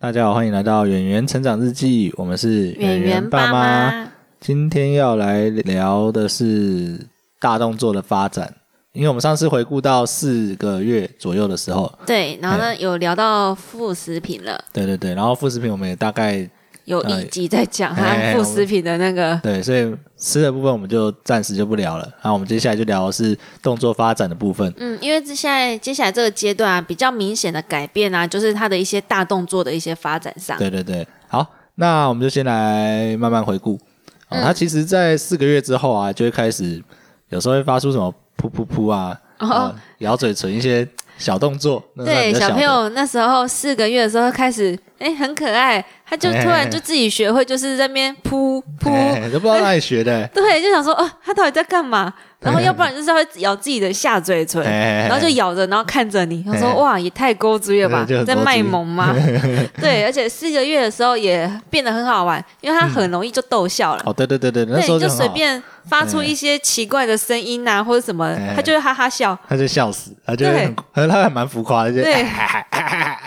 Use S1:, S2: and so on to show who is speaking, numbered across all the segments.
S1: 大家好，欢迎来到演员成长日记，我们是
S2: 演员爸
S1: 妈。
S2: 妈，
S1: 今天要来聊的是大动作的发展，因为我们上次回顾到四个月左右的时候，
S2: 对，然后
S1: 哎
S2: 呢有聊到副食品了，
S1: 对对对，然后副食品我们也大概
S2: 有
S1: 哎
S2: 一集在讲
S1: 哎
S2: 它副食品的那个，
S1: 对，所以吃的部分我们就暂时就不聊了，然后我们接下来就聊的是动作发展的部分。
S2: 嗯，因为这现在接下来这个阶段啊，比较明显的改变啊，就是它的一些大动作的一些发展上，
S1: 对对对，好，那我们就先来慢慢回顾。哦，
S2: 嗯
S1: 它其实，在四个月之后啊，就会开始有时候会发出什么噗噗噗啊，
S2: 哦
S1: 呃咬嘴唇一些小动作。那算
S2: 对
S1: 比较
S2: 小
S1: 的
S2: 朋友那时候四个月的时候开始，哎，很可爱，他就突然就自己学会，就是在那边扑扑，
S1: 哎都不知道哪里学的。
S2: 对，就想说哦，他到底在干嘛？ 然后要不然就是他会咬自己的下嘴唇，
S1: 哎
S2: 然后就咬着，然后看着你，他说
S1: 哎
S2: 哇，也太勾追了吧
S1: 对就，很
S2: 在
S1: 勾追
S2: 卖 萌吗？对，而且四个月的时候也变得很好玩，因为他很容易就逗笑了。
S1: 嗯哦，对对对对，那
S2: 对，
S1: 时候
S2: 你就
S1: 就很好
S2: 随，便发出一些奇怪的声音呐、或者什么
S1: 哎，
S2: 他就会哈哈笑。
S1: 他就笑死，他就会
S2: 对
S1: 很，他他还蛮浮夸的，就
S2: 对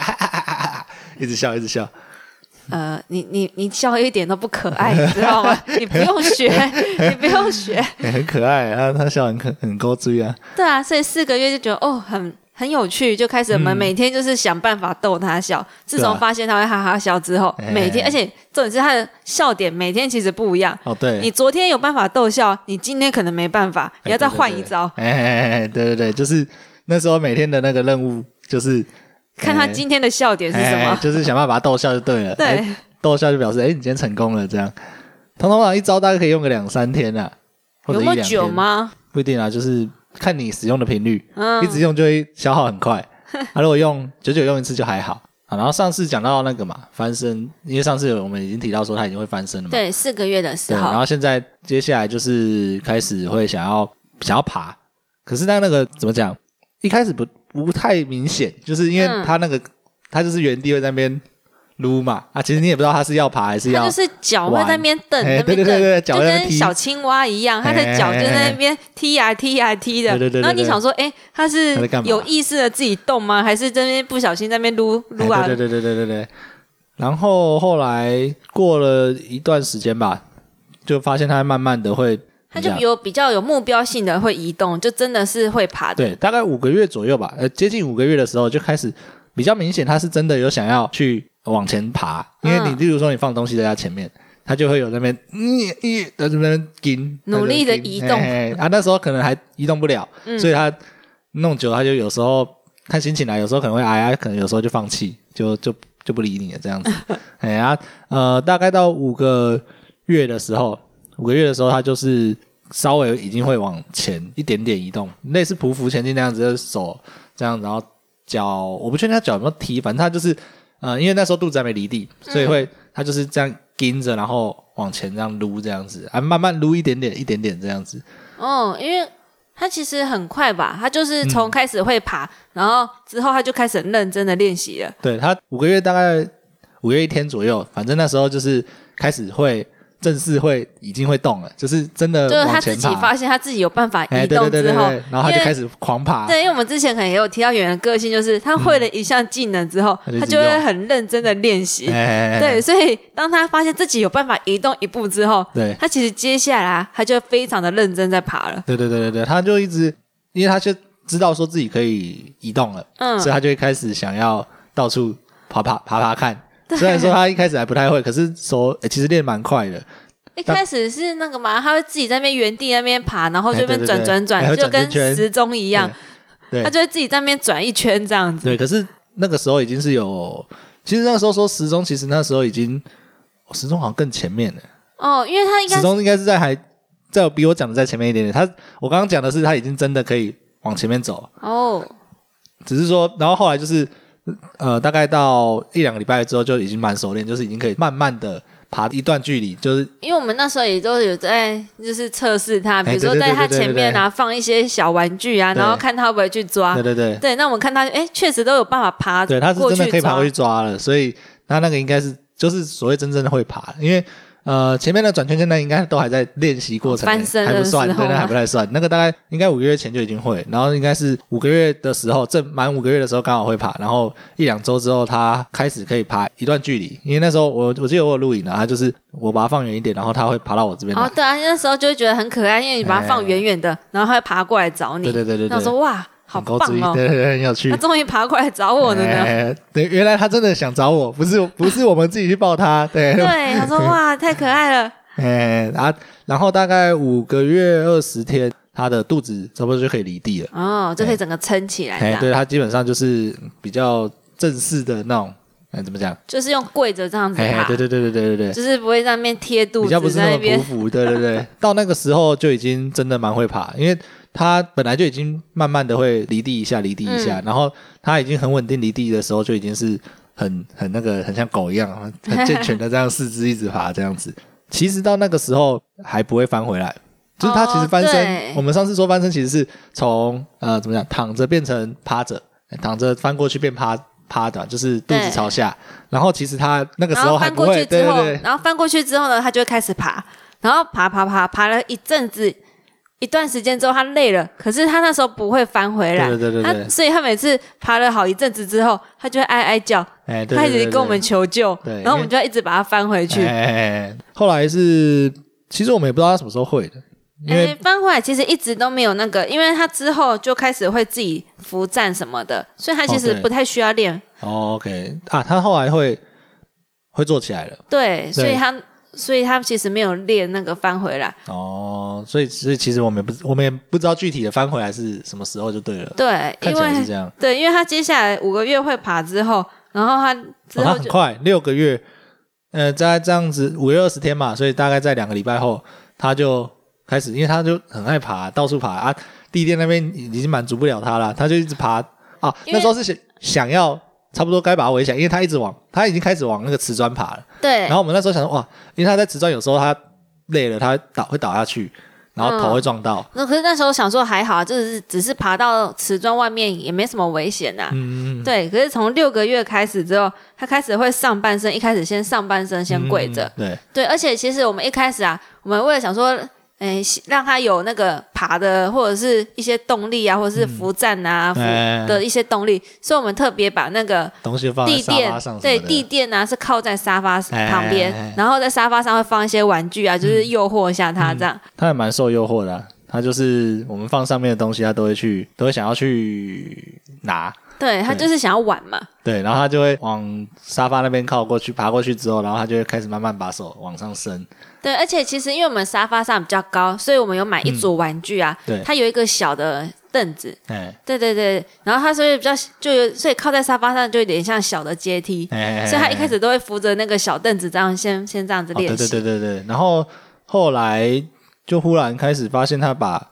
S1: 一直笑一直笑。
S2: 呃，你你你笑一点都不可爱，你知道吗？ 你不用学，你不用学。
S1: 也很可爱，他他笑很可很勾追啊，
S2: 对啊，所以四个月就觉得哦，很很有趣，就开始我们每天就是想办法逗他笑。自
S1: 嗯对
S2: 从
S1: 啊
S2: 发现他会哈哈笑之后，
S1: 哎
S2: 每天，而且重点是他的笑点每天其实不一样。
S1: 哦对，
S2: 你昨天有办法逗笑，你今天可能没办法，你要再换一招，
S1: 哎哎哎哎，对对对，就是那时候每天的那个任务就是
S2: 看他今天的笑点是什
S1: 哎
S2: 么。
S1: 就是想办法把他逗笑就对了，
S2: 对
S1: 哎，逗笑就表示哎你今天成功了这样，通通常一招大概可以用个两三天啊，或者
S2: 有
S1: 一
S2: 没
S1: 两
S2: 有
S1: 天
S2: 久？吗？
S1: 不一定啊，就是看你使用的频率，
S2: 嗯
S1: 一直用就会消耗很 快，啊如果用久久用一次就还好。啊，然后上次讲到那个嘛翻身，因为上次有我们已经提到说他已经会翻身了嘛，
S2: 对，四个月的时
S1: 对，然
S2: 候，
S1: 后现在接下来就是开始会想要想要爬，可是他那个怎么讲？一开始不不太明显，就是因为
S2: 嗯
S1: 他那个、他就是原地会在那边撸嘛啊，其实你也不知道他是要爬还是
S2: 他
S1: 要，
S2: 就是脚会在那边蹬，
S1: 哎
S2: 在那边
S1: 对对对对
S2: 蹬，
S1: 脚
S2: 就
S1: 在那边
S2: 跟
S1: 踢哎
S2: 小青蛙一样，他的脚就在那边踢呀踢呀踢的。
S1: 对对对对对
S2: 然后你想说，哎，
S1: 他
S2: 他
S1: 在
S2: 是
S1: 干嘛
S2: 有意识的自己动吗？还是在那边不小心在那边撸撸
S1: 哎
S2: 啊
S1: 对？对对对对对对。然后后来过了一段时间吧，就发现他慢慢的会，
S2: 他
S1: 怎
S2: 就
S1: 么讲
S2: 有比较有目标性的会移动，就真的是会爬的。
S1: 对，大概五个月左右吧，呃，接近五个月的时候就开始比较明显，他是真的有想要去往前爬，因为你
S2: 嗯
S1: 例如说你放东西在他前面，他就会有那边嗯嗯，在这边紧，
S2: 努力地移动
S1: 哎啊，那时候可能还移动不了，
S2: 嗯
S1: 所以他弄久了他就有时候看心情来，有时候可能会哎呀，可能有时候就放弃，就就就不理你了这样子。 哎呀，呃，大概到五个月的时候，五个月的时候，他就是稍微已经会往前一点点移动，类似匍匐前进那样子，就是手这样，然后脚，我不确定他脚有没有踢，反正他就是，呃，因为那时候肚子还没离地，所
S2: 嗯
S1: 以会他就是这样盯着，然后往前这样撸这样子，啊，慢慢撸一点点，一点点这样子，
S2: 哦，因为他其实很快吧，他就是
S1: 嗯
S2: 从开始会爬，然后之后他就开始很认真的练习了。
S1: 对他五个月大概五个月一天左右，反正那时候就是开始会正式会已经会动了，就是真的
S2: 就是他
S1: 呃往
S2: 自
S1: 前
S2: 己
S1: 爬。
S2: 发现他自己有办法
S1: 哎，
S2: 移
S1: 对对
S2: 动
S1: 对
S2: 之
S1: 对
S2: 后
S1: 对，，然后他
S2: 因
S1: 就
S2: 为
S1: 开始狂爬，
S2: 对，因为我们之前可能也有提到演员的个性，就是他会了一项技能之后，
S1: 他就一直
S2: 他就会很认真的练习。
S1: 嗯哎，
S2: 对，所以当他发现自己有办法移动一步之后，
S1: 对
S2: 他其实接下来啊他就非常的认真在爬了。
S1: 对对对对对，他就一直，因为他就知道说自己可以移动了，
S2: 嗯
S1: 所以他就会开始想要到处爬爬爬爬看。虽然说他一开始还不太会，可是手、哎其实练蛮快的，
S2: 一开始是那个嘛，他会自己在那边原地那边爬，然后就边转转
S1: 哎对对对还会
S2: 转，就
S1: 转
S2: 跟
S1: 圈圈
S2: 时钟一样，
S1: 对
S2: 他就会自己在那边转一圈这样子。
S1: 对。可是那个时候已经是有，其实那时候说时钟，其实那时候已经哦时钟好像更前面了。
S2: 哦，因为他应该
S1: 始终应该是在还在我比我讲的再前面一点点。他我刚刚讲的是他已经真的可以往前面走，
S2: 哦，
S1: 只是说，然后后来就是呃，大概到一两个礼拜之后就已经蛮熟练，就是已经可以慢慢的爬一段距离，就是
S2: 因为我们那时候也都有在就是测试他，比
S1: 哎
S2: 如说
S1: 对对
S2: 在
S1: 对
S2: 他
S1: 对对
S2: 前面啊放一些小玩具啊，
S1: 对
S2: 然后看他会不会去抓
S1: 对。对对
S2: 对，那我们看他，哎，确实都有办法爬
S1: 对，他是
S2: 过
S1: 真的
S2: 去
S1: 可以爬
S2: 抓
S1: 过去抓了，所以他那个应该是就是所谓真正的会爬，因为呃，前面的转圈圈那应该都还在练习过程、欸
S2: 哦翻身
S1: 还
S2: 的
S1: 不
S2: 时
S1: 算，
S2: 候
S1: 对，那还
S2: 吗
S1: 不太算。那个大概应该五个月前就已经会，然后应该是五个月的时候，正满五个月的时候刚好会爬，然后一两周之后他开始可以爬一段距离，因为那时候我我记得我有录影啊，他就是我把它放远一点，然后他会爬到我这边来。哎
S2: 哦，对啊，那时候就会觉得很可爱，因为你把它放远远的，然后它会爬过来找你。
S1: 对对对对
S2: 那我
S1: 对
S2: 说，哇，好
S1: 很高
S2: 棒
S1: 注意
S2: 哦！
S1: 对对对，很有趣
S2: 它。终于爬过来找我了呢。
S1: 哎对，原来他真的想找我，不是不是我们自己去抱他，对，
S2: 对，他 说哇，太可爱了。
S1: 哎、啊，然后大概五个月二十天，他的肚子差不多就可以离地了。
S2: 哦，就可以整个撑起来，这
S1: 哎、
S2: 样
S1: 对，他基本上就是比较正式的那种，哎，怎么讲？
S2: 就是用跪着这样子
S1: 哎、
S2: 爬，
S1: 对对对对对对对，
S2: 就是不会在那边贴肚
S1: 比较不
S2: 子
S1: 是那
S2: 在
S1: 么
S2: 那边
S1: 匍。匐，对对 对。到那个时候就已经真的蛮会爬，因为他本来就已经慢慢的会离地一下，离地一
S2: 嗯
S1: 下，然后他已经很稳定离地的时候，就已经是很很那个很像狗一样，很健全的这样四肢一直爬这样子。 其实到那个时候还不会翻回来，就是他其实
S2: 哦
S1: 翻身，
S2: 对
S1: 我们上次说翻身其实是从呃怎么讲，躺着变成趴着，躺着翻过去变趴趴的，就是肚子
S2: 对
S1: 朝下。然后其实他那个时
S2: 然
S1: 候
S2: 后
S1: 还
S2: 翻
S1: 不
S2: 过
S1: 会，
S2: 去
S1: 对
S2: 之
S1: 对
S2: 后
S1: 对，，
S2: 然后翻过去之后呢，它就会开始爬，然后爬爬爬爬了一阵子。一段时间之后，它累了，可是它那时候不会翻回来，
S1: 对对对对
S2: 它
S1: 对
S2: 所以它每次爬了好一阵子之后，它就会哀哀叫，
S1: 哎，对
S2: 它
S1: 对
S2: 一直
S1: 对
S2: 跟我
S1: 对
S2: 们求救，
S1: 对
S2: 然后我们就要一直把它翻回去。
S1: 哎哎哎后来是，其实我们也不知道他什么时候会的，因
S2: 哎、
S1: 为、
S2: 翻回来其实一直都没有那个，因为他之后就开始会自己扶站什么的，所以他其
S1: 哦
S2: 实
S1: 对
S2: 不太需要练。
S1: 哦、OK 啊，他后来会会坐起来了
S2: 对，所以他所以他其实没有练那个翻回来。
S1: 哦，所以所以其实我们也不我们也不知道具体的翻回来是什么时候就对了，
S2: 对，
S1: 看
S2: 因
S1: 起来是
S2: 为
S1: 这样，
S2: 对，因为他接下来五个月会爬之后，然后他之
S1: 哦、他
S2: 后
S1: 很
S2: 就、
S1: 快六个月，呃，在这样子五月二十天嘛，所以大概在两个礼拜后他就开始，因为他就很爱爬，到处爬啊，地垫那边已经满足不了他了，他就一直爬啊，
S2: 因为
S1: 那时候是想想要。差不多该把它围起来，因为他一直往，他已经开始往那个瓷砖爬了。
S2: 对
S1: 然后我们那时候想说，哇，因为他在瓷砖有时候他累了，他倒会倒下去，然后头
S2: 嗯
S1: 会撞到。
S2: 那可是那时候想说还好啊，就是只是爬到瓷砖外面也没什么危险呐、啊
S1: 嗯，
S2: 对，可是从六个月开始之后，他开始会上半身，一开始先上半身先跪着，
S1: 嗯对，
S2: 对，而且其实我们一开始啊，我们为了想说，诶、让他有那个爬的或者是一些动力啊，或者是扶站啊、扶
S1: 嗯哎
S2: 的一些动力，所以我们特别把那个
S1: 东西放在
S2: 地
S1: 沙
S2: 垫
S1: 发上，
S2: 对，
S1: 什么的
S2: 地垫啊是靠在沙发
S1: 哎
S2: 旁边，
S1: 哎哎嗯
S2: 然后在沙发上会放一些玩具啊，就是诱惑一下他这样。
S1: 他也蛮受诱惑的啊、他就是我们放上面的东西，他都会去，都会想要去拿。
S2: 对他就是想要玩嘛，
S1: 对，然后他就会往沙发那边靠过去，爬过去之后，然后他就会开始慢慢把手往上伸。
S2: 对，而且其实因为我们沙发上比较高，所以我们有买一组玩具啊，
S1: 对
S2: 它有一个小的凳子，
S1: 哎
S2: 对对对，然后它所以比较就有，所以靠在沙发上就有点像小的阶梯，
S1: 哎，
S2: 所以他一开
S1: 始
S2: 始都会扶着那个小凳子，这样先先这样子
S1: 哦，对
S2: 练
S1: 对
S2: 习。
S1: 对对对，然后后来就忽然开始发现他把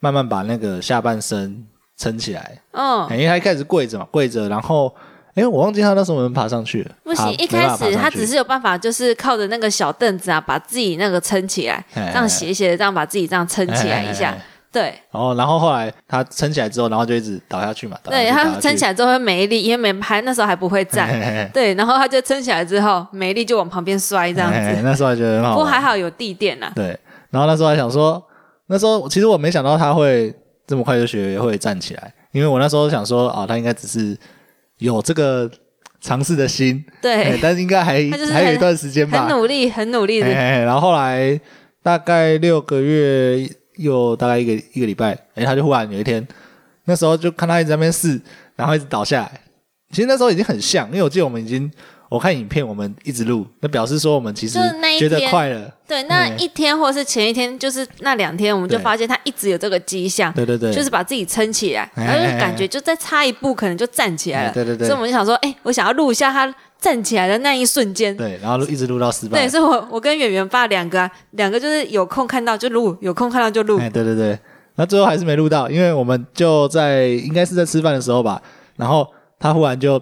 S1: 慢慢把那个下半身撑起来。
S2: 嗯，
S1: 因为他一开始跪着嘛，跪着，然后，哎，我忘记他那时候我们爬上去了，
S2: 不行
S1: 爬，
S2: 一开始
S1: 没办法爬上
S2: 他只，
S1: 去
S2: 是有办法，就是靠着那个小凳子啊，把自己那个撑起来，
S1: 哎
S2: 这样斜斜的，这样把自己这样撑起来一
S1: 哎哎
S2: 下
S1: 哎。
S2: 对
S1: 然后，然后后来他撑起来之后，然后就一直倒下去哎嘛，
S2: 对，他撑起
S1: 来
S2: 来之后会没力，因为没还那时候还不会站。
S1: 站
S2: 对，然后他就撑起来之后没力就往旁边摔这样子。
S1: 那时候还觉哎得很
S2: 不
S1: 好啊
S2: 过
S1: 玩，
S2: 还好有地啊垫啦。
S1: 对，然后那时候还想说，那时候其实我没想到他会这么快就学会站起来，因为我那时候想说，啊，他应该只是有这个尝试的心，哎
S2: 对，
S1: 但是应该还
S2: 他就是
S1: 还有一
S2: 很
S1: 段时间吧，
S2: 很努力，很努力的。
S1: 哎，然后后来大概六个月，又大概一个一个礼拜，哎，他就忽然有一天，那时候就看他一直在那边试，然后一直倒下来。其实那时候已经很像，因为我记得我们已经，我看影片，我们一直录，那表示说我们其实
S2: 就是那一
S1: 觉得
S2: 天
S1: 快了，
S2: 对，那
S1: 嗯
S2: 一天或是前一天，就是那两天，我们就
S1: 对
S2: 发现他一直有这个迹象。
S1: 对对对，
S2: 就是把自己撑起来，
S1: 哎
S2: 然后就感觉就再差一步，可能就站起来
S1: 哎
S2: 了。
S1: 对对对
S2: 所以我们就想说，哎，我想要录一下他站起来的那一瞬间。
S1: 对，然后一直录到失败，
S2: 对，所以我我跟圆圆发两个、啊，两个就是有空看到就录，有空看到就录。
S1: 哎，对对对，那最后还是没录到，因为我们就在应该是在吃饭的时候吧，然后他忽然就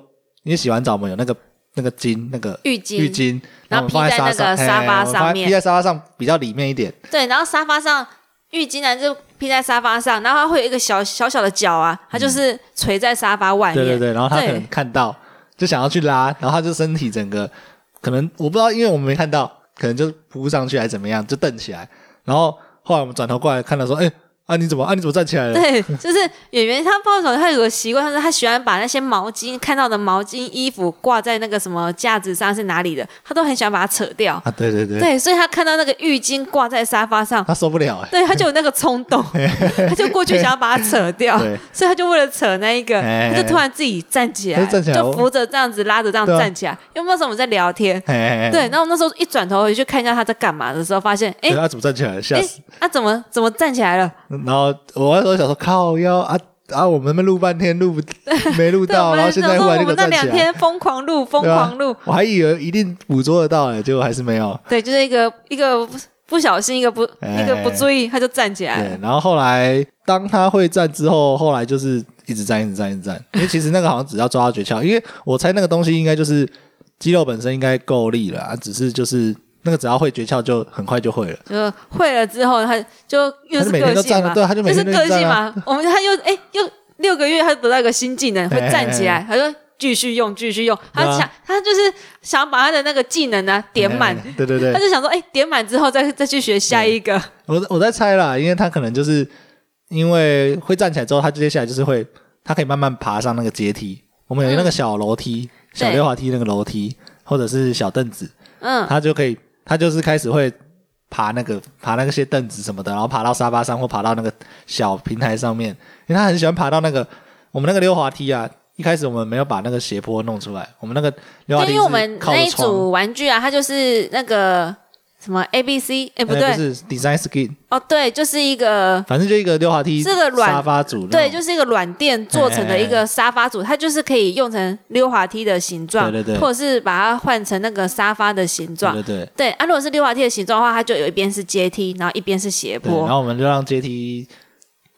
S1: 因为洗完澡我们有那个那个巾那个
S2: 浴巾
S1: 浴巾，
S2: 然后
S1: 我们放
S2: 披在
S1: 沙
S2: 那个
S1: 上
S2: 沙
S1: 哎
S2: 发
S1: 我们
S2: 上
S1: 放
S2: 面
S1: 披在沙发上比较里面一点，
S2: 对，然后沙发上浴巾呢就披在沙发上，然后它会有一个小小小的角啊，它就是垂在沙发外
S1: 对
S2: 面。
S1: 嗯对对，然后他可能看到就想要去拉，然后他就身体整个可能我不知道，因为我们没看到，可能就扑上去还是怎么样，就瞪起来。然后后来我们转头过来看到说，哎、啊你怎么啊你怎么站起来了？
S2: 对，就是演员他抱手，他有个习惯，就是他喜欢把那些毛巾看到的毛巾、衣服挂在那个什么架子上是哪里的，他都很想把它扯掉。
S1: 啊对对对，
S2: 对，所以他看到那个浴巾挂在沙发上，
S1: 他受不了哎、
S2: 对，他就有那个冲 动，他就过去想要把它扯掉，
S1: 对
S2: 所以他就为了扯那一个，
S1: 哎
S2: 他就突然自己站起来，
S1: 他就站起来哦
S2: 就扶着这样子拉着这样
S1: 对啊哎
S2: 站起来。因为那时候我们在聊天，
S1: 嘿嘿嘿
S2: 对，然后我那时候一转头回去看一下他在干嘛的时候，发现，哎
S1: 对啊怎么站起来了？吓
S2: 哎
S1: 死！，
S2: 他怎么怎么站起来了？
S1: 然后我那时候想说靠腰啊啊，我们那边录半天录 不没录
S2: 对，我
S1: 到，
S2: 们
S1: 然后现
S2: 想
S1: 在忽
S2: 说
S1: 然
S2: 我
S1: 就给
S2: 们那
S1: 站
S2: 两
S1: 起来。
S2: 天疯狂录，疯
S1: 对啊
S2: 狂录，
S1: 我还以为一定捕捉得到哎、结果还是没 有。
S2: 对，就是一个一个不不小心，一个不
S1: 哎
S2: 一个不注意，他就站起来了
S1: 对，。然后后来当他会站之后，后来就是一直站，一直站，一直站。 因为其实那个好像只要抓到诀窍，因为我猜那个东西应该就是肌肉本身应该够力了啊，只是就是那个只要会诀窍就很快就会了。
S2: 就会了之后，他就又
S1: 他就每天
S2: 个
S1: 都
S2: 性
S1: 站
S2: 嘛，
S1: 了，对，他就每
S2: 是
S1: 天都
S2: 个
S1: 站啊
S2: 性
S1: 了。
S2: 嘛。我们他又哎、又六个月，他得到一个新技
S1: 哎
S2: 能，会站起来，他就继续用，继续用。他
S1: 对啊
S2: 想，他就是想把他的那个技能呢、 啊点满，
S1: 哎 对对
S2: 他
S1: 对，
S2: 就想说，哎、点满之后再再去学下一个。
S1: 我我在猜啦，因为他可能就是因为会站起来之后，他接下来就是会，他可以慢慢爬上那个阶梯。我们有那
S2: 嗯
S1: 个小楼梯、小溜滑梯那个楼梯，或者是小凳子，
S2: 嗯，
S1: 他就可以，他就是开始会爬那个爬那些凳子什么的，然后爬到沙发上或爬到那个小平台上面，因为他很喜欢爬到那个我们那个溜滑梯啊。一开始我们没有把那个斜坡弄出来，我们那个溜滑
S2: 对，
S1: 梯
S2: 因为我们
S1: 是靠
S2: 那
S1: 着
S2: 一
S1: 窗，
S2: 组玩具啊，它就是那个什么 A B C，哎、不
S1: 哎
S2: 对，
S1: 不是 design skin，
S2: 哦对，就是一个。
S1: 反正就一个溜滑梯，
S2: 是个软
S1: 沙发组那种，哎
S2: 对，就是一个软垫做成的一个沙发组，它就是可以用成溜滑梯的形状，
S1: 对对对
S2: 或者是把它换成那个沙发的形状
S1: 对。对对。
S2: 对，啊，如果是溜滑梯的形状的话，它就有一边是阶梯，然后一边是斜
S1: 对，然
S2: 坡。
S1: 后我们就让阶梯，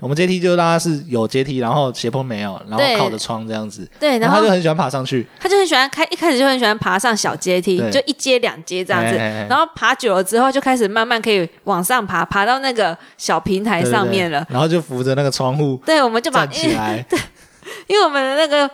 S1: 我们阶梯就让它是有阶梯，然后斜坡没有，然后
S2: 对
S1: 靠着窗这样子，
S2: 对，然
S1: 然后
S2: 后
S1: 他就很喜欢爬上去，
S2: 他就很喜欢开，一开始就很喜欢爬上小阶梯
S1: 对，
S2: 就一阶两阶这样子
S1: 哎哎哎。
S2: 然后爬久了之后，就开始慢慢可以往上爬，爬到那个小平台
S1: 对对
S2: 上
S1: 对
S2: 面了。
S1: 然后就扶着那个窗户
S2: 对，我们就把
S1: 站
S2: 因
S1: 起
S2: 为
S1: 来，
S2: 因为我们的那个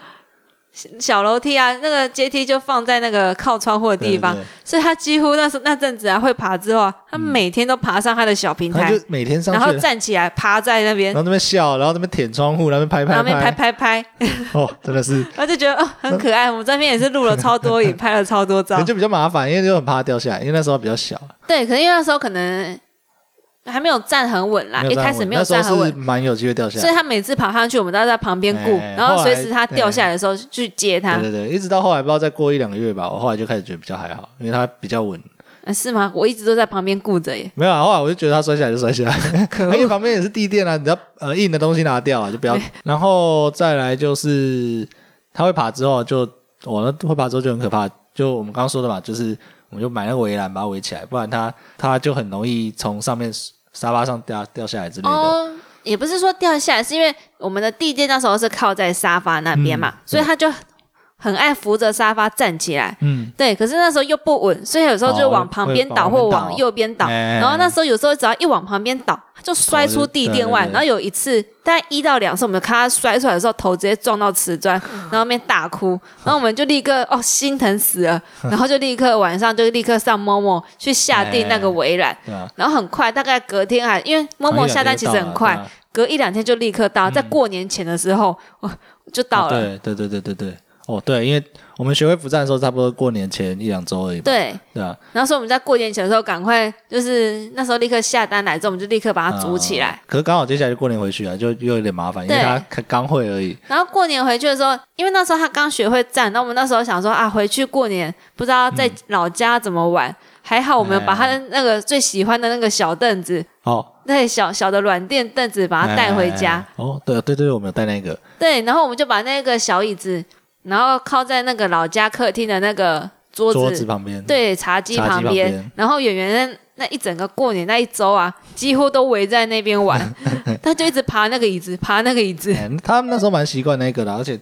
S2: 小楼梯啊，那个阶梯就放在那个靠窗户的
S1: 对
S2: 地方，，
S1: 对
S2: 所以他几乎那时那阵子啊会爬之后啊，他每天都爬上他的小平
S1: 对他
S2: 台，
S1: 就每天上
S2: 然
S1: 去
S2: 后，站起来趴在那边
S1: 然，后那边笑，然后那边舔窗户，然后那边
S2: 然
S1: 拍
S2: 后面拍
S1: 拍，
S2: 拍拍，
S1: 哦，真的 是，
S2: 然后就觉得哦很可爱。我们这边也是录了超多影，拍了超多
S1: 可
S2: 照
S1: 能。就比较麻烦，因为就很怕它掉下来，因为那时候比较小，
S2: 对，可是因为那时候可能还没有站很稳啦，
S1: 没
S2: 啊一
S1: 有站
S2: 开
S1: 很
S2: 始
S1: 稳
S2: 没有
S1: 那时
S2: 站很
S1: 候是
S2: 稳，
S1: 蛮有机会掉下
S2: 所以
S1: 来，
S2: 他每次爬上去，我们都要在旁边顾，
S1: 哎
S2: 然后
S1: 后
S2: 随
S1: 来
S2: 时他掉下来的时候去接他
S1: 对。对对，一直到后来不知道再过一两个月吧，我后来就开始觉得比较还好，因为它比较稳，
S2: 呃是吗？我一直都在旁边顾着耶。
S1: 没有啊，后来我就觉得它摔下来就摔下来。
S2: 可
S1: 而且旁边也是地垫啊，你只要呃硬的东西拿掉啊，就 不要。然后再来就是它会爬之后就，我那会爬之后就很可怕。就我们刚刚说的嘛，就是我们就买那个围栏把它围起来，不然它它就很容易从上面沙发上掉掉下来之类的。
S2: 哦，也不是说掉下来，是因为我们的地垫那时候是靠在沙发那边嘛，
S1: 嗯
S2: 所以他就很爱扶着沙发站起来。
S1: 嗯，
S2: 对，可是那时候又不稳，所以有时候就
S1: 哦
S2: 往旁边
S1: 会
S2: 倒
S1: 会
S2: 或
S1: 往旁边
S2: 往
S1: 倒
S2: 右边倒。
S1: 哎
S2: 然后那时候有时候只要一往旁边倒，他就摔出地垫外。
S1: 头就对对对
S2: 然后有一次，大概一到两次，我们就看他摔出来的时候，头直接撞到瓷砖， 然后那边大哭。然后我们就立刻哦，心疼死了。然后就立刻晚上就立刻上某某去下
S1: 哎
S2: 定那个围栏。
S1: 对啊。
S2: 然后很快，大概隔天啊，因为某某下单其实很
S1: 啊
S2: 快，隔一两天就立刻到，在过年前的时候 我就到了。
S1: 对啊对对对对对，哦对，因为我们学会扶站的时候，差不多过年前一两周而已嘛。
S2: 对，
S1: 对啊，
S2: 然后所以我们在过年前的时候，赶快就是那时候立刻下单来之后，我们就立刻把它组起来。
S1: 嗯可是刚好接下来就过年回去啊，就又有点麻烦，因为
S2: 对
S1: 他刚刚会而已。
S2: 然后过年回去的时候，因为那时候他刚学会站，然后我们那时候想说啊，回去过年不知道在老家怎么玩，还好我们把他的那个最喜欢的那个小凳子，
S1: 哦，
S2: 那小小的软垫凳子把它带回
S1: 哎。
S2: 家。
S1: 哎哎哦，对对对，我们有带那个，
S2: 对，然后我们就把那个小椅子，然后靠在那个老家客厅的那个桌子，
S1: 桌子旁边，
S2: 对，茶几
S1: 茶几
S2: 旁
S1: 旁
S2: 边。
S1: 边
S2: 然后演员那那一整个过年那一周啊，几乎都围在那边 玩，他就一直爬那个椅子，爬那个椅子。
S1: 哎，他们那时候蛮习惯那个的，啊而且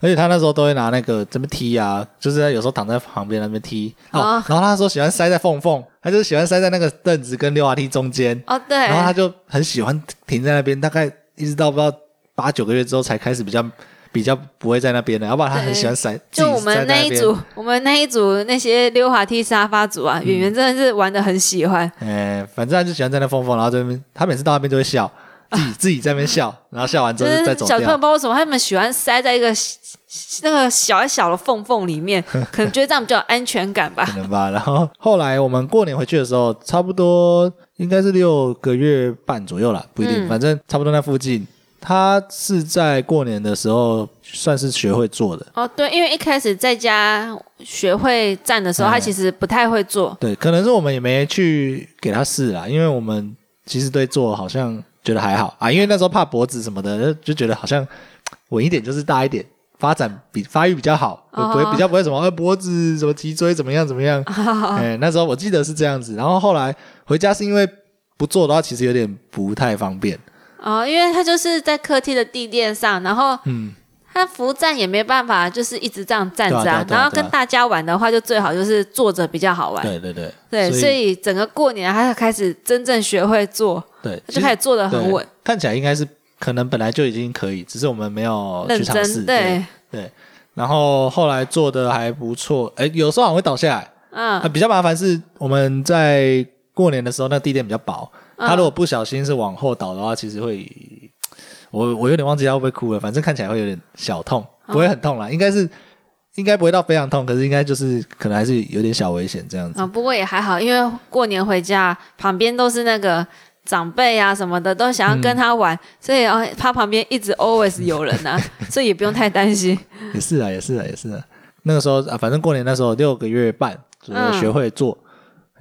S1: 而且他那时候都会拿那个这边踢啊，就是他有时候躺在旁边那边踢。哦，
S2: 哦
S1: 然后他说喜欢塞在缝缝，他就是喜欢塞在那个凳子跟溜滑梯中间，
S2: 哦，对，
S1: 然后他就很喜欢停在那边，大概一直到不知道八九个月之后才开始比较。比较不会在那边的，要不然他很喜欢散。自
S2: 就
S1: 己
S2: 我
S1: 在
S2: 们那一
S1: 边，
S2: 组，我们那一组那些溜滑梯沙发组
S1: 嗯
S2: 啊，圆圆真的是玩的很喜欢。
S1: 哎、反正他就喜欢在那疯疯，然后在那边，他每次到那边就会笑，自己、自己在那边笑，然后笑完之
S2: 就
S1: 后就是再走
S2: 小朋友
S1: 掉
S2: 不知。道为什么他们喜欢塞在一个那个小小的缝缝 里面，可能觉得这样比较有安全感吧。
S1: 可能吧。然后后来我们过年回去的时候，差不多应该是六个月半左右啦，不一定，
S2: 嗯
S1: 反正差不多那附近。他是在过年的时候算是学会做的，
S2: 哦，对，因为一开始在家学会站的时候，
S1: 哎
S2: 他其实不太会做。
S1: 对，可能是我们也没去给他试啦，因为我们其实对做好像觉得还好啊，因为那时候怕脖子什么的，就觉得好像稳一点就是大一点，发展比发育比较好，
S2: 哦
S1: 不会比较不会什么、呃、脖子什么脊椎怎么样怎么样，
S2: 哦
S1: 哎、那时候我记得是这样子，然后后来回家是因为不做的话，其实有点不太方便，
S2: 哦，因为他就是在客厅的地垫上，然后
S1: 嗯，
S2: 他扶站也没办法，就是一直这样站
S1: 对
S2: 着、
S1: 啊对啊对啊
S2: 然后跟大家玩的话，就最好就是坐着比较好玩。
S1: 对对对，
S2: 对，所以整个过年啊他开始真正学会坐，
S1: 对，
S2: 他就开始坐的很
S1: 对
S2: 稳，
S1: 看起来应该是可能本来就已经可以，只是我们没有
S2: 认
S1: 哦去尝试，
S2: 真。对，
S1: 然后后来做的还不错，哎，有时候好像会倒下来。
S2: 嗯
S1: 啊，比较麻烦是我们在过年的时候，那地垫比较薄，
S2: 嗯
S1: 它如果不小心是往后倒的话，其实会，我我有点忘记它会不会哭了，反正看起来会有点小痛，不
S2: 嗯
S1: 会很痛啦，应该是应该不会到非常痛，可是应该就是可能还是有点小危险这样子。
S2: 啊，不过也还好，因为过年回家旁边都是那个长辈啊什么的，都想要跟他玩，所以啊，他旁边一直 always 有人 啊，所以也不用太担心。
S1: 也是啊，也是啊，也是啊。那个时候啊，反正过年那时候六个月半左右
S2: 嗯
S1: 学会做，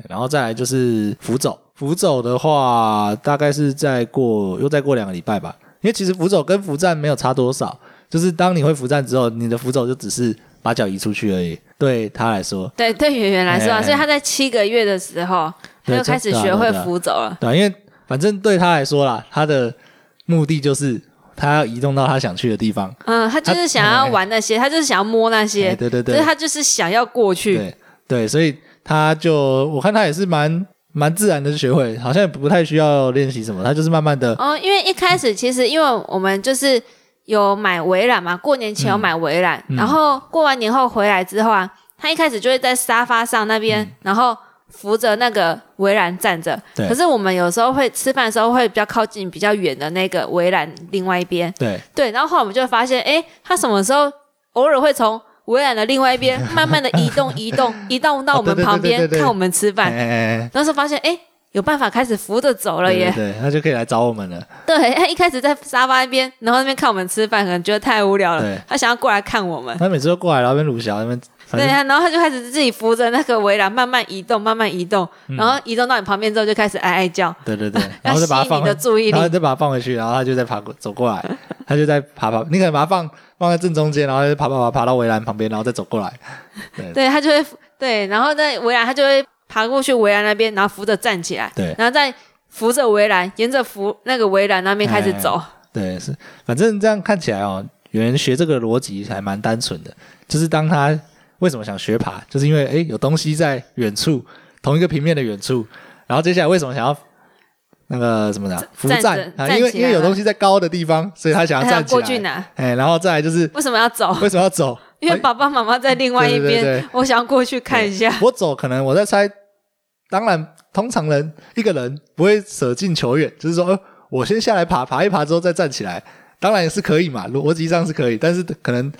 S1: 然后再来就是扶走。扶走的话，大概是再过又再过两个礼拜吧，因为其实扶走跟扶站没有差多少，就是当你会扶站之后，你的扶走就只是把脚移出去而已。对他来说，
S2: 对，对圆圆来说啊，
S1: 哎
S2: 所以他在七个月的时候，他
S1: 对
S2: 就开始
S1: 这
S2: 学会
S1: 对啊对啊
S2: 扶走了。
S1: 对啊、因为反正对他来说啦，他的目的就是他要移动到他想去的地方。
S2: 嗯，他就是想要玩那些，他就是想要摸那些，
S1: 哎对对对
S2: 就是他就是想要过去。
S1: 对对，所以他就我看他也是蛮蛮自然的就学会，好像也不太需要练习什么，他就是慢慢的，
S2: 哦，因为一开始其实因为我们就是有买围栏嘛，过年前有
S1: 嗯
S2: 买围栏，然后过完年后回来之后啊，他一开始就会在沙发上那边，然后扶着那个围栏站着。
S1: 嗯对
S2: 可是我们有时候会吃饭的时候会比较靠近比较远的那个围栏另外一边，
S1: 对
S2: 对，然后后来我们就会发现，诶，他什么时候偶尔会从。围栏的另外 一边，慢慢的移动，移动，移动到我
S1: 哦
S2: 们
S1: 对对
S2: 旁
S1: 对对对
S2: 边，
S1: 对
S2: 看我们吃
S1: 哎
S2: 饭。
S1: 哎哎
S2: 那时候发现，诶，有办法开始扶着走了
S1: 对
S2: 耶
S1: 对！对，他就可以来找我们了。
S2: 对，他一开始在沙发那边，然后那边看我们吃饭，可能觉得太无聊了
S1: 对，
S2: 他想要过来看我们。
S1: 他每次都过来，然后跟鲁小那边，反
S2: 对
S1: 正
S2: 啊，然后他就开始自己扶着那个围栏慢慢移动，慢慢移动，然后移动到你旁边之后就开始哀哀叫，
S1: 对对对，嗯然
S2: 要
S1: 后
S2: 吸
S1: 再把它
S2: 引
S1: 放
S2: 你
S1: 回
S2: 的，注意力
S1: 然。后再把它放回去，然后他就再爬过走过来，他就在爬爬，你可能把它放放在正中间，然后他就爬爬爬爬到围栏旁边，然后再走过来。
S2: 对他就会对，然后在围栏他就会爬过去围栏那边，然后扶着站起来，
S1: 对
S2: 然后再扶着围栏，沿着扶那个围栏那边开
S1: 哎
S2: 始走。
S1: 对，是，反正这样看起来哦，有人学这个逻辑还蛮单纯的，就是当他为什么想学爬，就是因为诶有东西在远处，同一个平面的远处，然后接下来为什么想要那个什么的啊扶
S2: 站
S1: 站
S2: 着
S1: 啊，
S2: 站
S1: 因为
S2: 起
S1: 因
S2: 来
S1: 为有
S2: 吗
S1: 东西在高的地方，所以他想
S2: 他
S1: 要
S2: 要
S1: 站起
S2: 过去
S1: 来。
S2: 拿，
S1: 哎，然后再来 就是
S2: 为什么要走？
S1: 为什么要走？
S2: 因为
S1: 哎
S2: 爸爸妈妈在另外
S1: 对
S2: 一
S1: 对对
S2: 边，
S1: 对
S2: 我想要过去看一下。
S1: 我走可能我在猜，当然通常人一个人不会舍近求远，就是说、呃、我先下来爬爬一爬之后再站起来，当然也是可以嘛，逻辑上是可以，但是可能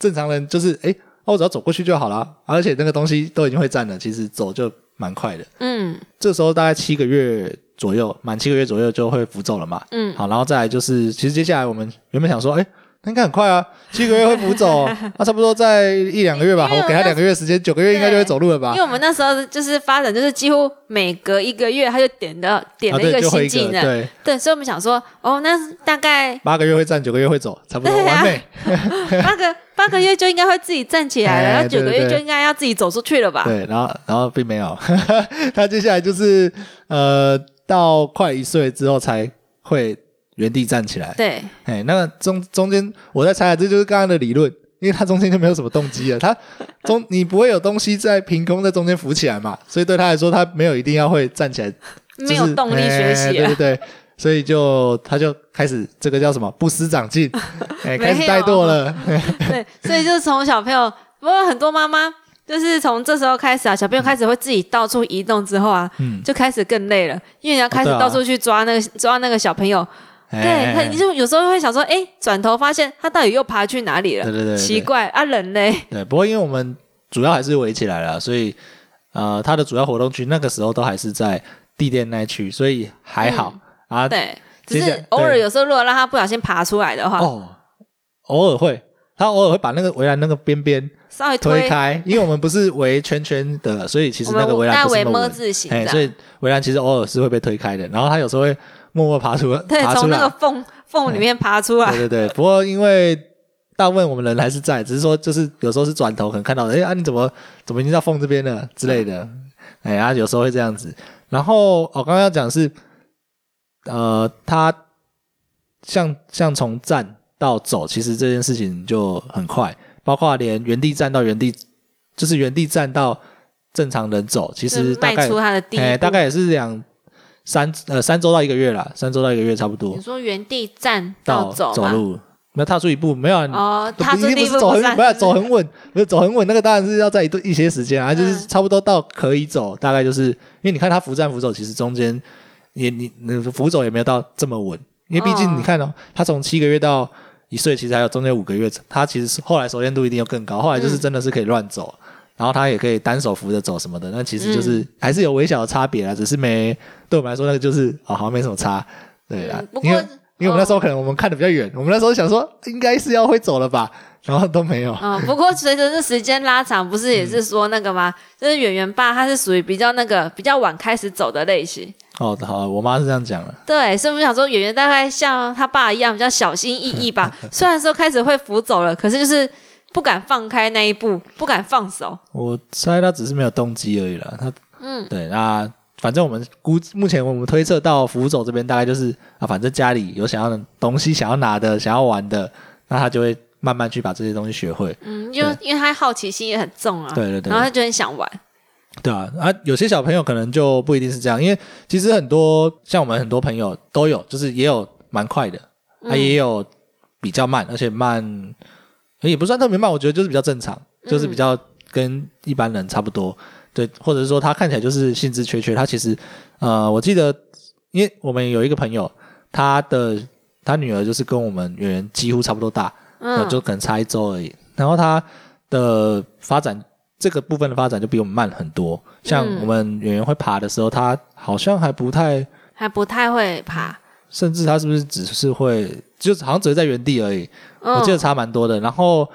S1: 正常人就是哎、诶哦，我只要走过去就好啦，而且那个东西都已经会站了，其实走就蛮快的。
S2: 嗯
S1: 这时候大概七个月左右，满七个月左右就会浮走了嘛。
S2: 嗯，
S1: 好，然后再来就是，其实接下来我们原本想说，哎、那应该很快 啊，七个月会浮走，那、差不多在一两个月吧。
S2: 因为
S1: 我给他两个月时间，九个月应该就会走路了吧？
S2: 因为我们那时候就是发展，就是几乎每隔一个月他就点的点
S1: 啊，
S2: 了
S1: 对，
S2: 一
S1: 就
S2: 个
S1: 会
S2: 新
S1: 一
S2: 技
S1: 个
S2: 能，
S1: 对，
S2: 对，所以我们想说，哦，那大 概
S1: 八个月会站，九个月会走，差不多
S2: 对啊
S1: 完 美。
S2: 八个八个月就应该会自己站起来了，
S1: 哎
S2: 然后九个
S1: 对对
S2: 月
S1: 对
S2: 就应该要自己走出去了吧？
S1: 对，然后然后并没有， 他接下来就是呃，到快一岁之后才会原地站起来。
S2: 对，
S1: 哎，那中中间我在猜啊，这就是刚刚的理论。因为他中间就没有什么动机了，他中你不会有东西在凭空在中间浮起来嘛，所以对他来说，他没有一定要会站起来，就是
S2: 没有动力学
S1: 哎
S2: 习啊
S1: 对
S2: 了。
S1: 对对，所以就他就开始这个叫什么不思长 进，哎，
S2: 没有
S1: 开始怠惰了，
S2: 对，所以就是从小朋友，不过很多妈妈就是从这时候开始啊，小朋友开始会自己到处移动之后啊，
S1: 嗯，
S2: 就开始更累了，因为你要开始
S1: 哦对啊
S2: 到处去抓那个、抓那个小朋友， 对，他
S1: 哎
S2: 你就有时候会想说，哎，转头发现他到底又爬去哪里了？
S1: 对对对对
S2: 奇怪啊，人嘞，
S1: 对，不过因为我们主要还是围起来了，所以呃，他的主要活动区那个时候都还是在地垫那一区，所以还好、啊。
S2: 嗯对，
S1: 接
S2: 只
S1: 下
S2: 是偶尔
S1: 对
S2: 有时候如果让他不小心爬出来的话，
S1: 哦，偶尔会，他偶尔会把那个围栏那个边边
S2: 稍微
S1: 推开，因为我们不是围圈圈的，所以其实
S2: 我
S1: 那个
S2: 们
S1: 围栏
S2: 大
S1: 不是
S2: 围
S1: 那么
S2: 么
S1: 稳。
S2: 字形
S1: 哎，
S2: 的，
S1: 所以围栏其实偶尔是会被推开的，然后他有时候会默默爬出，
S2: 对，
S1: 爬出
S2: 从那
S1: 来哎
S2: 个。缝缝里面爬出来，
S1: 对对对，不过因为大部分我们人还是在，只是说就是有时候是转头可能看到，哎啊你怎么怎么已经到缝这边了之类的，哎啊有时候会这样子。然后我、哦、刚刚要讲是，呃，他像像从站到走，其实这件事情就很快，包括连原地站到原地，就是原地站到正常人走，其
S2: 就是
S1: 实大
S2: 迈
S1: 概
S2: 出他的第一
S1: 哎
S2: 步。
S1: 大概也是两三呃三周到一个月啦，三周到一个月差不多
S2: 你。说原地站
S1: 到
S2: 走
S1: 走
S2: 吗？
S1: 路，没有踏出一步，没有啊、
S2: 哦，
S1: 不
S2: 他说
S1: 一
S2: 那
S1: 定
S2: 一
S1: 不
S2: 步
S1: 是走
S2: 不
S1: 很
S2: 算
S1: 没有走很稳，没有走很稳，那个当然是要在一段一些时间啊，就是
S2: 嗯
S1: 差不多到可以走，大概就是因为你看他扶站扶走，其实中间也你你扶走也没有到这么稳，因为毕竟
S2: 哦
S1: 你看哦，他从七个月到一岁，其实还有中间五个月，他其实是后来熟练度一定要更高，后来就是
S2: 嗯
S1: 真的是可以乱走。然后他也可以单手扶着走什么的，那其实
S2: 嗯
S1: 就是、还是有微小的差别啦，只是没对我们来说那个就是哦，好像没什么差，对啦
S2: 嗯。不
S1: 啊因为
S2: 过
S1: 因为我们那时候可能我们看的比较远，我们那时候想说应该是要会走了吧，然后都没有。
S2: 嗯，不过随着这时间拉长，不是也
S1: 嗯
S2: 是说那个吗？就是圆圆爸他是属于比较那个比较晚开始走的类型，
S1: 哦，好，我妈是这样讲的。
S2: 对，所以我们想说圆圆大概像他爸一样比较小心翼 翼吧。虽然说开始会扶走了，可是就是不敢放开那一步，不敢放手。
S1: 我猜她只是没有动机而已啦。她
S2: 嗯，
S1: 对，那反正我们估目前我们推测到扶走这边大概就是啊，反正家里有想要的东西、想要拿的、想要玩的，那她就会慢慢去把这些东西学会。
S2: 嗯，因为因为他好奇心也很重啊，
S1: 对对对
S2: 然后他就很想玩，
S1: 对啊，啊，有些小朋友可能就不一定是这样，因为其实很多像我们很多朋友都有，就是也有蛮快的，啊，
S2: 嗯
S1: 也有比较慢，而且慢也不算特别慢，我觉得就是比较正常，就是比较跟一般人差不多，对，或者是说他看起来就是兴致缺缺，他其实呃，我记得，因为我们有一个朋友，他的他女儿就是跟我们圆圆几乎差不多大，呃
S2: 嗯，
S1: 就可能差一周而已。然后他的发展这个部分的发展就比我们慢很多。像
S2: 嗯
S1: 我们演员会爬的时候，他好像还不太，
S2: 还不太会爬。
S1: 甚至他是不是只是会，就好像只是在原地而已。
S2: 嗯、
S1: 我记得差蛮多的。然后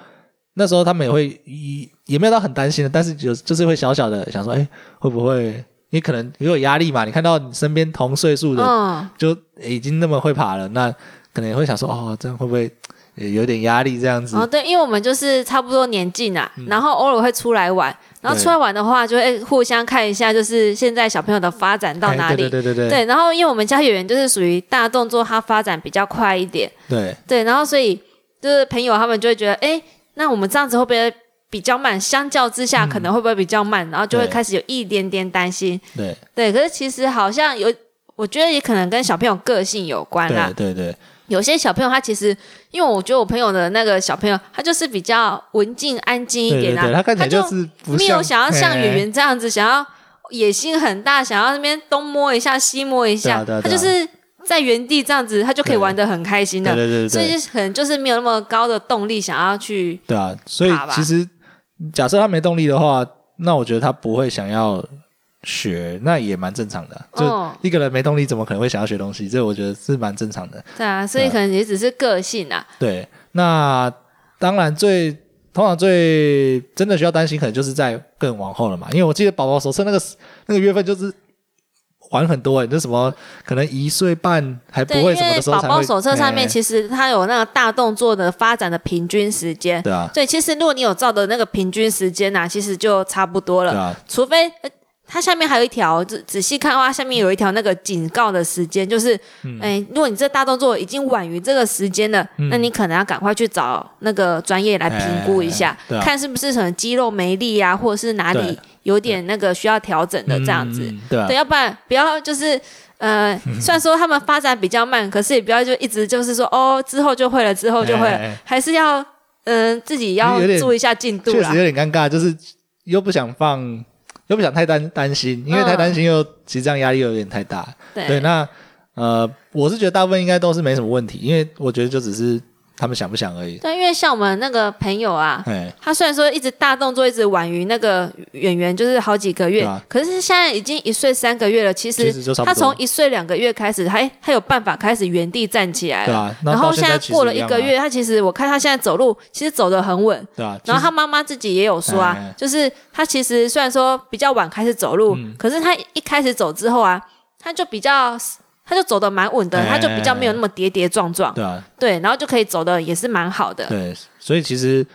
S1: 那时候他们也会一也没有到很担心的，但是就就是会小小的想说，哎、会不会？你可能也有压力嘛，你看到你身边同岁数的
S2: 嗯，
S1: 就已经那么会爬了，那可能也会想说，哦，这样会不会也有点压力这样子？
S2: 哦，对，因为我们就是差不多年纪呐、然后偶尔会出来玩，然
S1: 嗯
S2: 后
S1: 对
S2: 出来玩的话，就会哎互相看一下，就是现在小朋友的发展到
S1: 哎
S2: 哪里。
S1: 对对对对对
S2: 对然后因为我们家演员就是属于大动作，他发展比较快一点，
S1: 对
S2: 对，然后所以就是朋友他们就会觉得，哎，那我们这样子会不会比较慢？相较之下，
S1: 嗯
S2: 可能会不会比较慢？然后就会
S1: 对
S2: 开始有一点点担心。
S1: 对
S2: 对，可是其实好像有，我觉得也可能跟小朋友个性有关啦
S1: 对。对对，
S2: 有些小朋友他其实，因为我觉得我朋友的那个小朋友，他就是比较文静安静一
S1: 对对
S2: 点啊，
S1: 对，他看起来就是不
S2: 没
S1: 像
S2: 有想要像
S1: 嘿
S2: 圆圆这样子，想要野心很大，想要那边东摸一下西摸一
S1: 对
S2: 下，
S1: 啊对啊
S2: 他
S1: 对啊
S2: 就是在原地这样子，他就可以
S1: 对
S2: 玩的很开心
S1: 对
S2: 的，
S1: 对对
S2: 所以
S1: 对
S2: 就是可能就是没有那么高的动力想要去，
S1: 对啊，所以
S2: 爬吧
S1: 其实假设他没动力的话，那我觉得他不会想要学，那也蛮正常的。啊就
S2: 哦
S1: 一个人没动力，怎么可能会想要学东西？这我觉得是蛮正常的。
S2: 对啊，所以
S1: 对啊
S2: 可能也只是个性啊，
S1: 对，那当然最通常最真的需要担心，可能就是在更往后了嘛。因为我记得宝宝手册那个那个月份就是玩很多、欸，你这什么可能一岁半还不
S2: 对，因
S1: 会什么
S2: 为
S1: 的时候
S2: 宝
S1: 才
S2: 宝
S1: 会
S2: 手册上面
S1: 哎
S2: 其实它有那个大动作的发展的平均时间，
S1: 对啊
S2: 所以其实如果你有照的那个平均时间呐、其实就差不多
S1: 对
S2: 了。
S1: 啊
S2: 除非、呃它下面还有一条，仔仔细看的话，下面有一条那个警告的时间，就是，哎、
S1: 嗯
S2: 如果你这大动作已经晚于这个时间了，那你可能要赶快去找那个专业来评估一下，
S1: 哎哎哎哎对啊
S2: 看是不是可能肌肉没力啊，或者是哪里
S1: 对
S2: 有点那个需要调整的这样子。
S1: 嗯对啊嗯
S2: 对，要不然不要就是呃，虽然说他们发展比较慢，可是也不要就一直就是说哦，之后就会了，之后就会了，
S1: 哎
S2: 还是要嗯、呃自己要
S1: 有点
S2: 注意一下进度
S1: 确
S2: 啦
S1: 实。有点尴尬，就是又不想放，又不想太担担心，因为太担心又、其实这样压力又有点太大。对，
S2: 对，
S1: 那呃，我是觉得大部分应该都是没什么问题，因为我觉得就只是他们想不想而已。
S2: 对，因为像我们那个朋友啊，
S1: 哎，
S2: 他虽然说一直大动作，一直晚于那个演员，就是好几个月，
S1: 对啊
S2: 可是现在已经一岁三个月了。其
S1: 其
S2: 实
S1: 实就差不
S2: 他
S1: 多
S2: 从一岁两个月开始，还他有办法开始原地站起来
S1: 对
S2: 了。
S1: 啊，那
S2: 然后
S1: 到现
S2: 在
S1: 其实
S2: 过了
S1: 一
S2: 一
S1: 样
S2: 个
S1: 啊，
S2: 月，他其实我看他现在走路，其实走得很稳。
S1: 对啊，其
S2: 然后
S1: 实
S2: 他妈妈自己也有说
S1: 哎
S2: 啊
S1: 哎，
S2: 就是他其实虽然说比较晚开始走路，
S1: 嗯
S2: 可是他一开始走之后啊，他就比较他就走得蛮稳的，
S1: 哎哎
S2: 他就比较没有那么跌跌撞撞，
S1: 对啊，
S2: 对，然后就可以走得也是蛮好的。
S1: 对，所以其实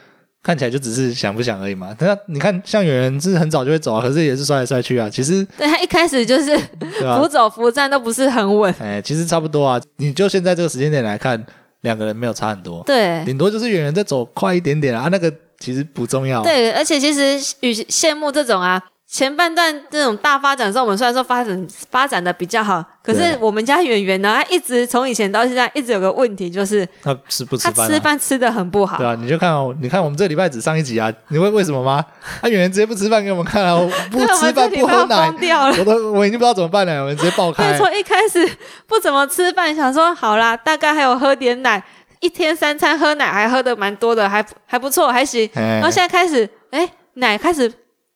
S1: 看起来就只是想不想而已嘛。但你看，像有人是很早就会走啊，可是也是摔来摔去啊，其实
S2: 对他一开始就是
S1: 对啊 吧、
S2: 扶走扶站都不是很稳，
S1: 哎，其实差不多啊。你就现在这个时间点来看，两个人没有差很多，
S2: 对
S1: 顶多就是有人再走快一点点啊，啊那个其实不重要、啊。
S2: 对，而且其实与其羡慕这种啊。前半段这种大发展的时候，我们虽然说发展发展的比较好，可是
S1: 对
S2: 我们家圆圆呢，他一直从以前到现在一直有个问题，就是
S1: 他吃不吃
S2: 他
S1: 饭、
S2: 吃
S1: 啊？
S2: 饭吃的很不好
S1: 对。啊，你就看哦，你看我们这礼拜只上一集啊，你会为什么吗？他演员直接不吃饭给我们看啊，我不
S2: 对我
S1: 吃
S2: 们这
S1: 饭
S2: 礼
S1: 不
S2: 拜要
S1: 喝奶
S2: 疯，掉了。
S1: 我都我已经 不知道怎么办了，我们直接爆
S2: 他
S1: 开。
S2: 从一开始不怎么吃饭，想说好啦，大概还有喝点奶，一天三餐喝奶还喝的蛮多的，还还不错，还行。
S1: 哎
S2: 然后现在开始，哎，奶开始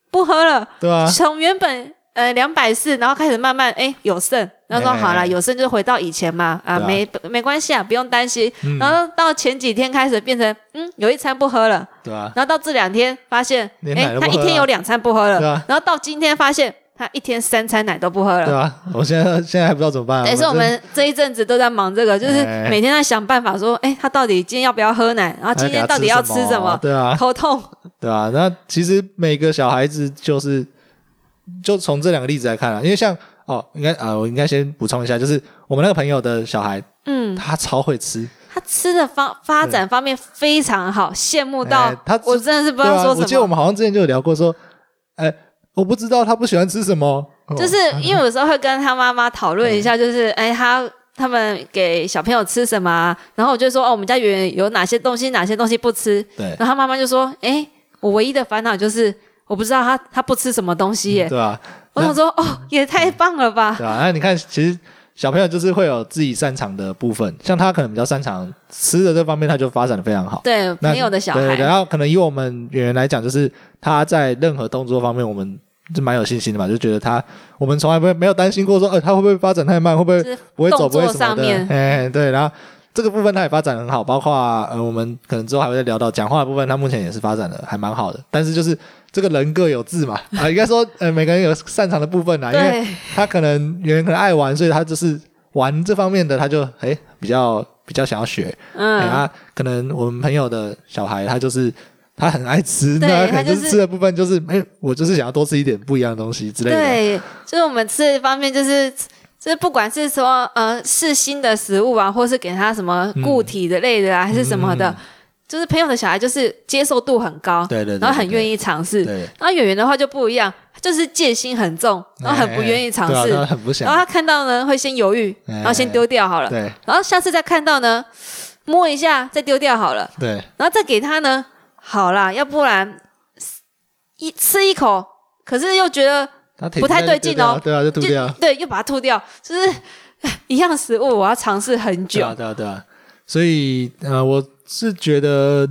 S2: 不喝了，
S1: 对啊，
S2: 从原本呃两百四，然后开始慢慢哎有剩，然后说
S1: 哎哎
S2: 好啦，
S1: 哎
S2: 有剩就回到以前嘛，啊
S1: 对啊
S2: 没没关系啊，不用担心。
S1: 嗯
S2: 然后到前几天开始变成嗯有一餐不喝了，
S1: 对啊，
S2: 然后到这两天发现，
S1: 连
S2: 哎
S1: 奶都，不
S2: 他一
S1: 喝
S2: 天
S1: 啊
S2: 有两餐不喝了，
S1: 对啊
S2: 然后到今天发现他一天三餐奶都不喝
S1: 对
S2: 了。
S1: 啊，我现在现在还不知道怎么办、啊。
S2: 但是我
S1: 真的
S2: 们这一阵子都在忙这个，就是
S1: 哎
S2: 每天在想办法说，哎、他到底今天要不要喝奶？然后啊
S1: 哎
S2: 今
S1: 还给
S2: 天
S1: 他
S2: 到底要吃什
S1: 么
S2: 么？？
S1: 对啊，
S2: 头痛，
S1: 对啊，那其实每个小孩子就是，就从这两个例子来看啊，因为像哦，应该啊、我应该先补充一下，就是我们那个朋友的小孩，
S2: 嗯，
S1: 他超会吃，
S2: 他吃的方发展方面非常好，羡慕到、
S1: 哎他
S2: 我真的是不
S1: 对
S2: 知道
S1: 啊，
S2: 说
S1: 我记
S2: 什
S1: 得
S2: 么。
S1: 我们好像之前就有聊过说，哎、我不知道他不喜欢吃什么，哦 嗯
S2: 就是因为有时候会跟他妈妈讨论一下，就是哎、他他们给小朋友吃什么、啊，然后我就说哦，我们家圆圆有哪些东西，哪些东西不吃，
S1: 对
S2: 然后他妈妈就说：“哎、我唯一的烦恼就是我不知道他他不吃什么东西耶。
S1: 对嗯啊，
S2: 我想说：“哦，也太棒了吧
S1: 对啊，那你看，其实小朋友就是会有自己擅长的部分，像他可能比较擅长吃的这方面，他就发展的非常好！”。
S2: 对，
S1: 那
S2: 朋友的小
S1: 对
S2: 孩，
S1: 然后可能以我们演员来讲，就是他在任何动作方面，我们就蛮有信心的嘛，就觉得他，我们从来没有没有担心过说，呃，他会不会发展太慢，会不会
S2: 就是
S1: 不会走
S2: 动
S1: 不会
S2: 作
S1: 什么
S2: 上
S1: 的
S2: 面，，
S1: 哎，对，然后这个部分他也发展得很好，包括呃，我们可能之后还会再聊到讲话的部分，他目前也是发展的还蛮好的，但是就是这个人各有志嘛， 啊、应该说呃，每个人有擅长的部分啦，因为
S2: 对
S1: 他可能有人可能爱玩，所以他就是玩这方面的，他就哎、比较比较想要学，哎
S2: 嗯，
S1: 啊，可能我们朋友的小孩他就是。他很爱吃，
S2: 对
S1: 那可能
S2: 他就
S1: 就是是吃的部分就是，哎、我就是想要多吃一点不一样的东西之类的。
S2: 对，就是我们吃的方面就是。”就是不管是说呃是新的食物啊，或是给他什么固体的类的啊，还是什么的，就是朋友的小孩就是接受度很高，
S1: 嗯对对对
S2: 然后很
S1: 对
S2: 愿意尝试。
S1: 对，
S2: 然后演员的话就不一样，他就是戒心很重，然哦后很不愿意尝
S1: 哎
S2: 试，哦
S1: 对啊他很不想
S2: 然后，他看到呢会先犹豫，
S1: 哎
S2: 然后先丢掉好了，
S1: 对
S2: 然后下次再看到呢摸一下再丢掉好了，
S1: 对，
S2: 然后再给他呢好啦，要不然一吃一口，可是又觉得
S1: 他挺
S2: 不
S1: 快
S2: 太
S1: 就
S2: 对
S1: 丢
S2: 劲哦
S1: 掉对啊，就吐
S2: 就
S1: 掉。
S2: 对，又把它吐掉，就是 唉一样食物我要尝试很
S1: 对
S2: 久
S1: 啊，，对啊，对啊。所以呃，我是觉得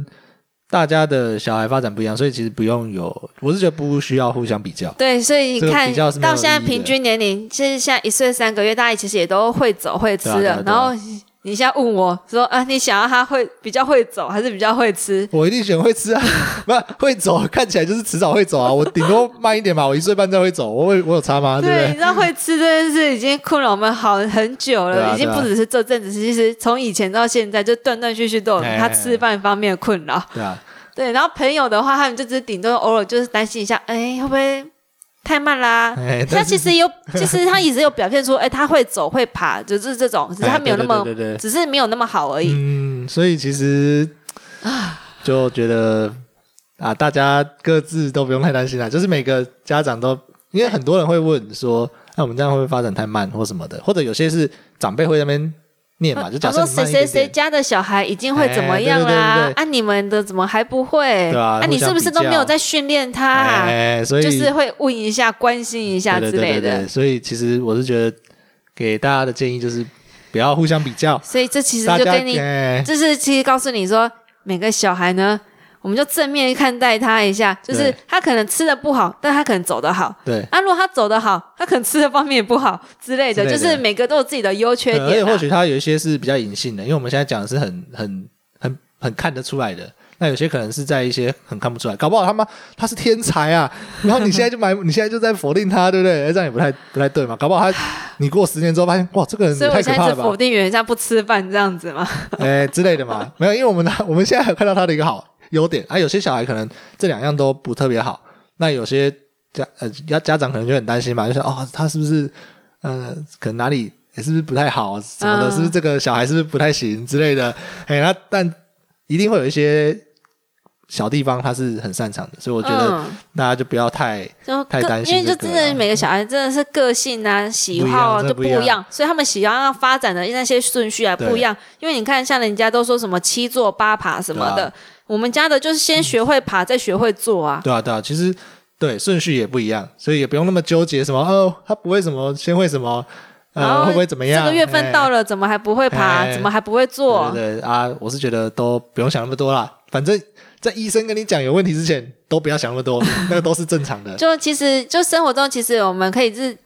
S1: 大家的小孩发展不一样，所以其实不用有，我是觉得不需要互相比较。
S2: 对，所以
S1: 这个
S2: 你看
S1: 比较是没有
S2: 到现在
S1: 意义的
S2: 平均年龄，其实现在一岁三个月，大家其实也都会走会吃
S1: 对
S2: 了。
S1: 啊对啊对
S2: 然
S1: 啊
S2: 后你现在问我说啊，你想要他会比较会走，还是比较会吃？
S1: 我一定选会吃啊， 不是会走，看起来就是迟早会走啊。我顶多慢一点嘛，我一岁半再会走，我会我有差吗？啊对不
S2: 对，你
S1: 对？
S2: 知道会吃这件事已经困扰我们好很久了，
S1: 对啊
S2: 已经
S1: 对啊
S2: 不只是这阵子，其实从以前到现在，就断断续续都有
S1: 哎
S2: 他吃饭方面的困扰。
S1: 对 啊，
S2: 对，然后朋友的话，他们就只是顶多偶尔就是担心一下，哎，会不会太慢啦、
S1: 哎，
S2: 那
S1: 但
S2: 其
S1: 是
S2: 实 有，其实他一直有表现出，哎、他会走会爬，就是这种，只是他没有那么，
S1: 哎对对对对对
S2: 只是没有那么好而已。
S1: 嗯，所以其实
S2: 啊
S1: 就觉得啊，大家各自都不用太担心啦，就是每个家长都，因为很多人会问说，那我们这样会不会发展太慢或什么的？或者有些是长辈会在那边念嘛，就假
S2: 想
S1: 设
S2: 说
S1: 你慢一
S2: 谁谁
S1: 点
S2: 谁
S1: 点，
S2: 家的小孩已经会怎么样
S1: 哎
S2: 啦
S1: 对对对对？对
S2: 啊，你们的怎么还不会？
S1: 对啊
S2: 啊，你
S1: 互相
S2: 是不是都
S1: 比较
S2: 没有在训练他啊？
S1: 哎，所以
S2: 就是会问一下、关心一下
S1: 对
S2: 之
S1: 对对
S2: 类
S1: 对对，
S2: 的。
S1: 所以其实我是觉得给大家的建议就是不要互相比较，
S2: 所以这其实
S1: 大
S2: 就
S1: 家
S2: 跟你，
S1: 哎
S2: 就是其实告诉你说，每个小孩呢，我们就正面看待他一下，就是
S1: 对
S2: 他可能吃的不好，但他可能走得好。
S1: 对。
S2: 啊，如果他走得好，他可能吃的方面也不好之类的，
S1: 之类的
S2: 就是每个都有自己的优缺
S1: 对而且
S2: 点、啊。
S1: 或许它有一些是比较隐性的，因为我们现在讲的是很很很很看得出来的。那有些可能是在一些很看不出来，搞不好他妈他是天才啊！然后你现在就买， 你现在就在否定他，对不对？哎这样也不太不太对嘛。搞不好他，你过十年之后发现，哇，这个人也
S2: 所以我
S1: 太
S2: 现
S1: 可
S2: 在
S1: 怕
S2: 是
S1: 了吧
S2: 否？定原像不吃饭这样子嘛。
S1: 哎之类的嘛，没有，因为我们我们现在还看到他的一个好优点啊。有些小孩可能这两样都不特别好，那有些家呃家家长可能就很担心嘛，就想哦，他是不是呃可能哪里也是不是不太好什么的，
S2: 嗯
S1: 是不是这个小孩是不是不太行之类的？哎，那但一定会有一些小地方他是很擅长的，所以我觉得
S2: 嗯
S1: 大家就不要太
S2: 就
S1: 太
S2: 个
S1: 担
S2: 因
S1: 心
S2: 为就
S1: 这个
S2: 真的
S1: 了
S2: 每个小孩真的是个性啊、喜
S1: 不一样
S2: 好啊
S1: 真的
S2: 都
S1: 不
S2: 不
S1: 一
S2: 一
S1: 样
S2: 样，所以他们喜欢要发展的那些顺序啊
S1: 对
S2: 不一样。因为你看，像人家都说什么七坐八爬什么
S1: 对
S2: 的，
S1: 啊
S2: 我们家的就是先学会爬，再学会坐啊。
S1: 对啊，对啊，其实对顺序也不一样，所以也不用那么纠结什么哦，他不会什么，先会什么，
S2: 然
S1: 呃，
S2: 后
S1: 会不会怎么样？
S2: 哦这个月份到了，怎么还不会爬？
S1: 哎
S2: 怎么还不会
S1: 哎，
S2: 坐？
S1: 对对对啊，我是觉得都不用想那么多啦，反正在医生跟你讲有问题之前，都不要想那么 多，那个都是正常的。
S2: 就其实就生活中，其实我们可以是。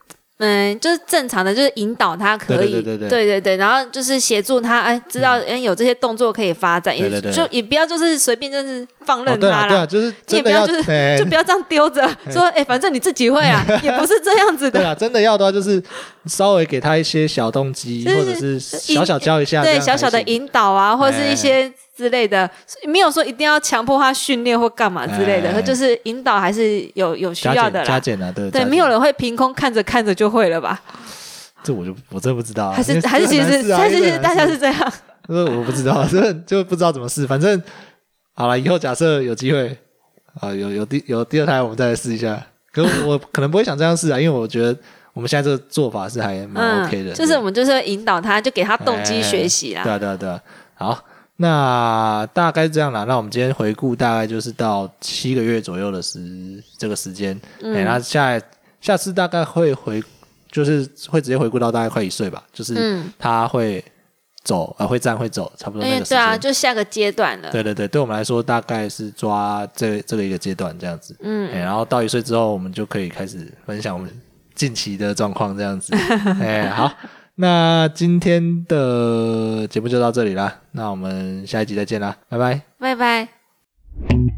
S2: 嗯，就是正常的，就是引导他可以，
S1: 对对对对对嗯
S2: 对然后就是协助他，哎，知道哎有这些动作可以发展，也
S1: 对对对
S2: 就也不要就是随便就是放
S1: 哦，
S2: 任
S1: 对
S2: 他
S1: 啊，
S2: 啦
S1: 对，啊，就是
S2: 你也
S1: 真
S2: 不
S1: 的
S2: 要
S1: 要，
S2: 就是
S1: 哎
S2: 就不要这样丢 着，说哎、反正你自己会啊，也不是这样子
S1: 对
S2: 的。
S1: 啊，真的要的话，就是稍微给他一些小动机，
S2: 就是
S1: 或者是小小教一下，这
S2: 对，
S1: 样
S2: 小小的
S1: 还行
S2: 引导
S1: 哎
S2: 啊，或是一些之类的，没有说一定要强迫他训练或干嘛之类的，
S1: 哎
S2: 就是引导还是有有需
S1: 加
S2: 要
S1: 减
S2: 的
S1: 加
S2: 啦。
S1: 减啊，对
S2: 对，
S1: 加减
S2: 没有人会凭空看着看着就会了吧？
S1: 这我就我真的不知道啊，
S2: 还
S1: 因
S2: 是
S1: 为
S2: 还是
S1: 这
S2: 其
S1: 很难
S2: 实
S1: 试啊
S2: 还
S1: 因
S2: 是
S1: 为这
S2: 其实
S1: 很难
S2: 大家
S1: 试
S2: 是这样，
S1: 呃，我不知道， 这就不知道怎么试。反正好了，以后假设有机会啊，有有第有第二胎，我们再来试一下。可是我可能不会想这样试啊，因为我觉得我们现在这个做法是还蛮 OK 的。
S2: 嗯就是我们就是会引导他，就给他动机学习
S1: 对
S2: 啦。
S1: 对啊对啊对啊。好，那大概是这样啦。那我们今天回顾大概就是到七个月左右的时这个时间，
S2: 嗯
S1: 哎、那下下次大概会回，就是会直接回顾到大概快一岁吧，就是
S2: 嗯，
S1: 他会走呃会站会走，差不多
S2: 因
S1: 那
S2: 为
S1: 个时
S2: 对
S1: 间
S2: 啊，。就下个阶段了。
S1: 对对对，对我们来说大概是抓这这个一个阶段这样子，嗯、然后到一岁之后，我们就可以开始分享我们近期的状况这样子。哎、好，那今天的节目就到这里啦，那我们下一集再见啦，拜拜。
S2: 拜拜。